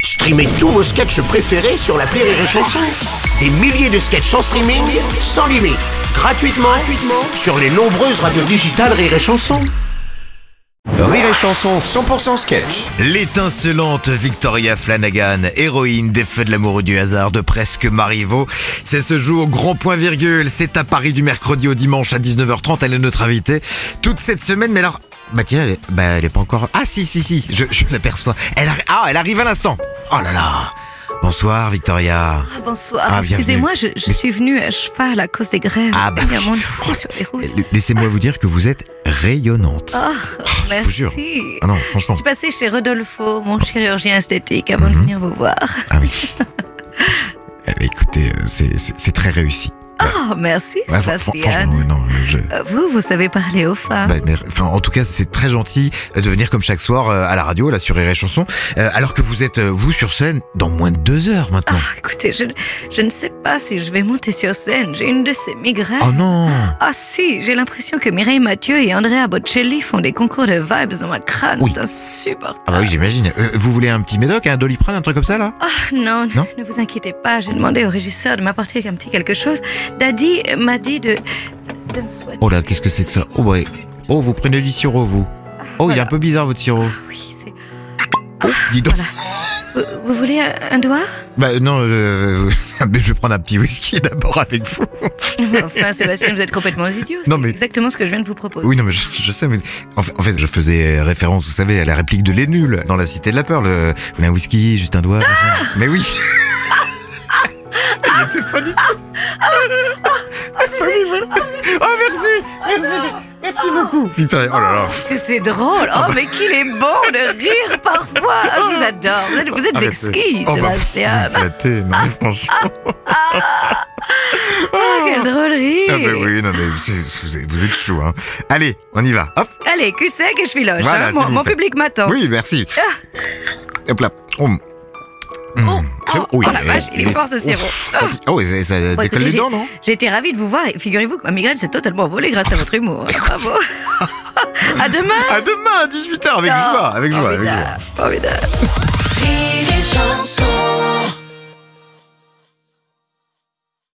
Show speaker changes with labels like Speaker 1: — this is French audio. Speaker 1: Streamez tous vos sketchs préférés sur la Rire et Chanson. Des milliers de sketchs en streaming, sans limite, gratuitement, gratuitement sur les nombreuses radios digitales Rire et Chanson. Rire et Chanson 100% sketch.
Speaker 2: L'étincelante Victoria Flanagan, héroïne des Feux de l'amour et du hasard de presque Marivaux. C'est ce jour, grand point virgule. C'est à Paris du mercredi au dimanche à 19h30. Elle est notre invitée toute cette semaine. Mais alors, bah tiens, elle est, bah elle est pas encore. Ah si, si, si, je, je l'aperçois. Elle, arri- ah, elle arrive à l'instant. Oh là là. Bonsoir Victoria.
Speaker 3: Ah, Bonsoir,
Speaker 2: Ah, bienvenue.
Speaker 3: excusez-moi, je, je suis venue à cheval à cause des grèves.
Speaker 2: Ah, bah
Speaker 3: Il y a
Speaker 2: oui.
Speaker 3: moins de fous sur les routes.
Speaker 2: Laissez-moi vous dire que vous êtes rayonnante.
Speaker 3: Oh,
Speaker 2: je vous jure.
Speaker 3: merci.
Speaker 2: Ah non, franchement.
Speaker 3: Je suis passée chez Rodolfo, mon chirurgien esthétique, avant de venir vous voir.
Speaker 2: Ah oui. Eh ben, écoutez, euh, c'est- c'est c'est très réussi.
Speaker 3: Oh, merci,
Speaker 2: Ouais, fr- fr-
Speaker 3: Sébastien.
Speaker 2: franchement, ouais, non, je-
Speaker 3: Euh, Vous, vous savez parler aux femmes.
Speaker 2: Bah, mais- enfin, en tout cas, c'est très gentil de venir comme chaque soir euh, à la radio, là, sur Rire et Chanson, euh, alors que vous êtes, euh, vous, sur scène dans moins de deux heures maintenant.
Speaker 3: Ah, écoutez, je, je ne sais pas si je vais monter sur scène. J'ai une de ces migraines.
Speaker 2: Oh non
Speaker 3: Ah si, j'ai l'impression que Mireille Mathieu et Andrea Bocelli font des concours de vibes dans ma crâne.
Speaker 2: Oui.
Speaker 3: C'est insupportable.
Speaker 2: Ah bah oui, j'imagine. Euh, vous voulez un petit médoc, un doliprane, un truc comme ça, là
Speaker 3: Non, ne-
Speaker 2: Non
Speaker 3: ne vous inquiétez pas, j'ai demandé au régisseur de m'apporter un petit quelque chose. Daddy euh, m'a dit de... de me soigner.
Speaker 2: Oh là, qu'est-ce que c'est que ça Oh ouais. Oh, vous prenez du sirop, vous. Oh, il est
Speaker 3: Voilà. Ah,
Speaker 2: un peu bizarre, votre sirop.
Speaker 3: Oui, c'est...
Speaker 2: Oh, dis donc.
Speaker 3: Vous, vous voulez un, un doigt
Speaker 2: Bah non, euh, mais je vais prendre un petit whisky d'abord avec vous.
Speaker 3: Enfin, Sébastien, vous êtes complètement idiot.
Speaker 2: Non,
Speaker 3: C'est
Speaker 2: mais-
Speaker 3: exactement ce que je viens de vous proposer.
Speaker 2: Oui, non, mais je, je sais, mais en fait, en fait, je faisais référence, vous savez, à la réplique de Les Nuls dans La Cité de la Peur. Le... Vous voulez un whisky, juste un doigt
Speaker 3: Ah
Speaker 2: machin Mais oui Il était pas du tout. Ah, bah oui, voilà. Oh, merci Merci, merci beaucoup Putain, oh là là
Speaker 3: Que c'est drôle.
Speaker 2: Ah bah.
Speaker 3: Oh, mais qu'il est bon de rire parfois. Ah, je vous adore. Vous êtes, vous êtes
Speaker 2: Ah, mais c'est-
Speaker 3: exquis,
Speaker 2: oh, bah, pff, vous
Speaker 3: Sébastien.
Speaker 2: me flattez, non mais franchement.
Speaker 3: Ah, quel drôle rire.
Speaker 2: Ah, bah oui, non mais vous vous êtes, vous êtes chaud, hein. Allez, on y va. Hop
Speaker 3: Allez, cul sec et je suis loche.
Speaker 2: Voilà,
Speaker 3: hein.
Speaker 2: s'il
Speaker 3: Mon,
Speaker 2: vous
Speaker 3: mon
Speaker 2: plaît.
Speaker 3: public m'attend.
Speaker 2: Oui, merci. Hop là. Oh, mm.
Speaker 3: Ah. Oh, oh,
Speaker 2: Oui,
Speaker 3: oh la vache, il est fort ce
Speaker 2: ouf.
Speaker 3: sirop.
Speaker 2: Oh, et ça, ça
Speaker 3: Bon,
Speaker 2: décolle
Speaker 3: écoutez,
Speaker 2: les dents,
Speaker 3: j'ai-
Speaker 2: non
Speaker 3: J'ai été ravie de vous voir et figurez-vous que ma migraine s'est totalement volée grâce à votre humour. Bravo. à demain.
Speaker 2: À
Speaker 3: Ah,
Speaker 2: demain à 18h avec joie, avec joie, avec joie.
Speaker 3: Formidable, Formidable.
Speaker 4: Rire et chanson